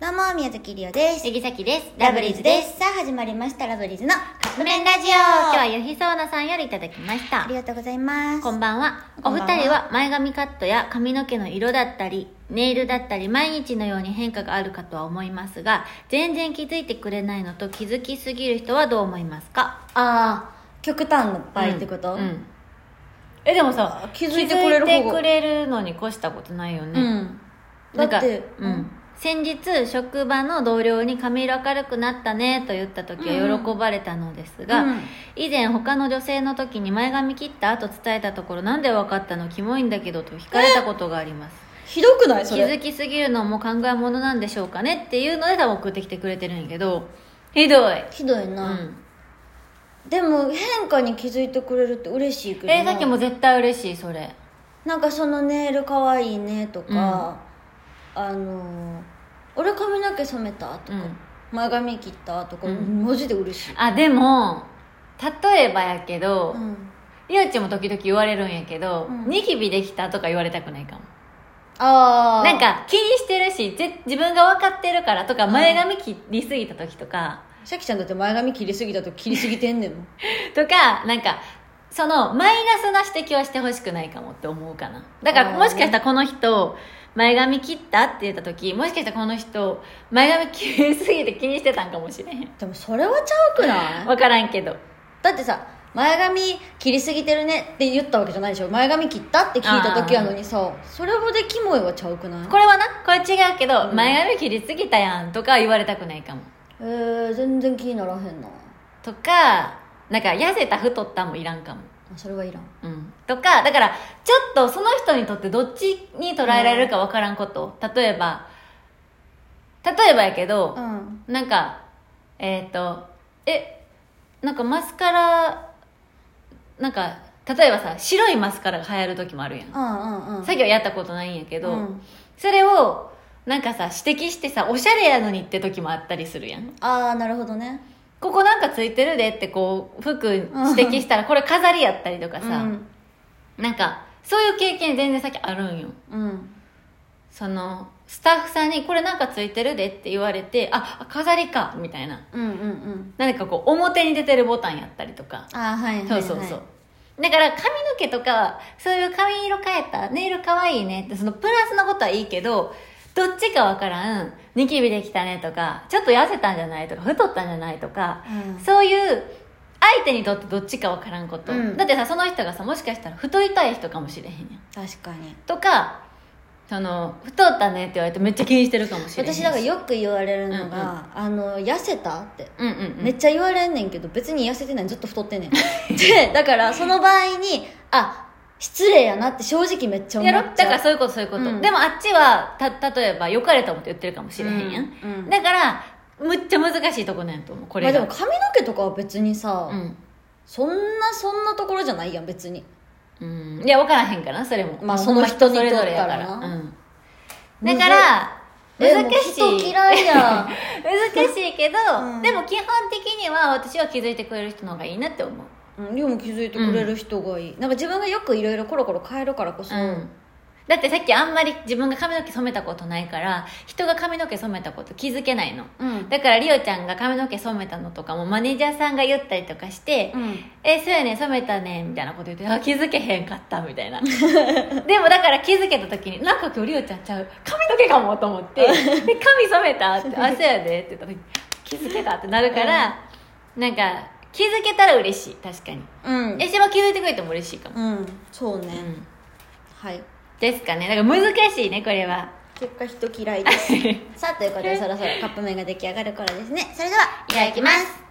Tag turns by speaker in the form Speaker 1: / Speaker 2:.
Speaker 1: どうも、宮崎りおです。
Speaker 2: 杉崎です。
Speaker 1: ラブリーズです。。さあ、始まりました、ラブリーズのカップ麺ラジオ。
Speaker 2: 今日は
Speaker 1: は
Speaker 2: ゆひそうなさんよりいただきまし
Speaker 1: あ
Speaker 2: た
Speaker 1: り。がとうございます。
Speaker 2: こんばんは。
Speaker 1: こ
Speaker 2: お
Speaker 1: んばん
Speaker 2: 二
Speaker 1: は
Speaker 2: 人は前髪カットや髪の毛の色だったり、ネイルだったり、毎日のように変化があるかとは思いますが、全然気づいてくれないのと気づきすぎる人はどう思いますか
Speaker 3: ああ極端の場合ってこと、
Speaker 2: うんうんえ、でもさ、
Speaker 3: 気づいてくれる方が
Speaker 2: 気づいてくれるのに越したことないよね。
Speaker 3: うんだ
Speaker 2: なんか
Speaker 3: って
Speaker 2: うん、先日職場の同僚に髪色明るくなったねと言った時は喜ばれたのですが、
Speaker 3: うん
Speaker 2: 以前他の女性の時に前髪切ったと伝えたところなんで分かったのキモいんだけどと惹かれたことがあります
Speaker 3: ひどく ないそ
Speaker 2: 気
Speaker 3: れ
Speaker 2: づきすぎるのも考えものなんでしょうかねっていうので多分送ってきてくれてるんやけどひどい、
Speaker 3: ひどいうな、
Speaker 2: ん、
Speaker 3: でも変化に気づいてくれるって嬉しいけどな
Speaker 2: えさっきも絶対嬉しいそれ
Speaker 3: なんかそのネイルかわいいねとか、あのー俺髪の毛染めたとか、
Speaker 2: うん
Speaker 3: 前髪切ったとか、
Speaker 2: うん
Speaker 3: マジで嬉しい、
Speaker 2: あでも例えばやけど、
Speaker 3: うん、
Speaker 2: りおちんも時々言われるんやけど、
Speaker 3: うん
Speaker 2: ニキビできたとか言われたくないかも
Speaker 3: ああ
Speaker 2: なんか気にしてるしぜ自分が分かってるからとか前髪切りすぎた時とか、
Speaker 3: さきちゃんだって前髪切りすぎたと切りすぎてんねんもん
Speaker 2: とかなんかそのマイナスな指摘はしてほしくないかもって思うかなだか
Speaker 3: あー
Speaker 2: ら
Speaker 3: ね
Speaker 2: もしかしたらこの人前髪切ったって言った時もしかしたらこの人前髪切りすぎて気にしてたんかもしれへん
Speaker 3: でもそれはちゃうくない
Speaker 2: 分からんけど
Speaker 3: だってさ前髪切りすぎてるねって言ったわけじゃないでしょ前髪切ったって聞いた時やのにさそれほどキモいはちゃうくない
Speaker 2: これはなこれ違うけど、前髪切りすぎたやんとか言われたくないかも
Speaker 3: えー、全然気にならへんな
Speaker 2: とかなんか痩せた太ったもいらんかも
Speaker 3: あそれはいらん
Speaker 2: うん、とかだからちょっとその人にとってどっちに捉えられるか分からんこと、例えば例えばやけど、
Speaker 3: うん
Speaker 2: なんかえっ、とえなんかマスカラなんか例えばさ白いマスカラが流行る時もあるやん、
Speaker 3: うんうんうん
Speaker 2: 作業やったことないんやけど、
Speaker 3: うん
Speaker 2: それをなんかさ指摘してさおしゃれやのにって時もあったりするやん
Speaker 3: ああなるほどね
Speaker 2: ここなんかついてるでってこう服指摘したらこれ飾りやったりとかさ、
Speaker 3: うん
Speaker 2: なんかそういう経験全然さっきあるんよ
Speaker 3: うん
Speaker 2: そのスタッフさんに「これなんかついてるで」って言われて「ああ飾りか」みたいな
Speaker 3: うんうんうん
Speaker 2: 何かこう表に出てるボタンやったりとか
Speaker 3: ああはいはい、
Speaker 2: そ
Speaker 3: は
Speaker 2: う
Speaker 3: い、
Speaker 2: そうそう、だから髪の毛とかそういう髪色変えたネイルかわいいねってそのプラスのことはいいけどどっちかわからんニキビできたねとかちょっと痩せたんじゃないとか太ったんじゃないとか
Speaker 3: うん
Speaker 2: そういう相手にとってどっちかわからんこと、
Speaker 3: うん
Speaker 2: だってさその人がさもしかしたら太りたい人かもしれへんやん
Speaker 3: 確かに
Speaker 2: とかその太ったねって言われてめっちゃ気にしてるかもしれない
Speaker 3: 私なんかよく言われるのが「あの痩せた?」って
Speaker 2: うんうんうん
Speaker 3: めっちゃ言われんねんけど別に痩せてないずっと太ってんねん でだからその場合にあ失礼やなって正直めっちゃ思
Speaker 2: や
Speaker 3: っちゃ
Speaker 2: ろ
Speaker 3: う
Speaker 2: だからそういうことそういうこと、
Speaker 3: うん
Speaker 2: でもあっちはた例えば良かれと思って言ってるかもしれへんやん、
Speaker 3: うんうん
Speaker 2: だからむっちゃ難しいとこなんやと思うこ
Speaker 3: まあ
Speaker 2: れ
Speaker 3: で
Speaker 2: が、
Speaker 3: も髪の毛とかは別にさ、そんなそんなところじゃないやん別に
Speaker 2: うん、うん、いや分からへんかなそれも
Speaker 3: まあ
Speaker 2: ほん
Speaker 3: その人に
Speaker 2: それぞれやか
Speaker 3: と
Speaker 2: ら、
Speaker 3: ったらな
Speaker 2: うん、だから
Speaker 3: え
Speaker 2: 難しい
Speaker 3: もう人嫌いや
Speaker 2: 難しいけど、
Speaker 3: うん
Speaker 2: でも基本的には私は気づいてくれる人の方がいいなって思う
Speaker 3: うんでも気づいてくれる人がいい、なんか自分がよくいろいろコロコロ変えるからこそ、
Speaker 2: うん、だってさっきあんまり自分が髪の毛染めたことないから人が髪の毛染めたこと気づけないの
Speaker 3: うん
Speaker 2: だからりおちゃんが髪の毛染めたのとかもマネージャーさんが言ったりとかして「えそうやね染めたね」みたいなこと言って「あ気づけへんかった」みたいなでもだから気づけた時に「なんか今日りおちゃんちゃう髪の毛かも」と思って「で髪染めた?」って「あそうやで」って言った時「気づけた」ってなるから、なんか気づけたら嬉しい確かに
Speaker 3: うん
Speaker 2: えしも気づいてくれても嬉しいかも、
Speaker 3: うんそうね、
Speaker 2: うん
Speaker 3: はい
Speaker 2: ですかねだから難しいねこれは
Speaker 3: 結 果人嫌いですさあということでそろそろカップ麺が出来上がる頃ですねそれではい
Speaker 2: ただきます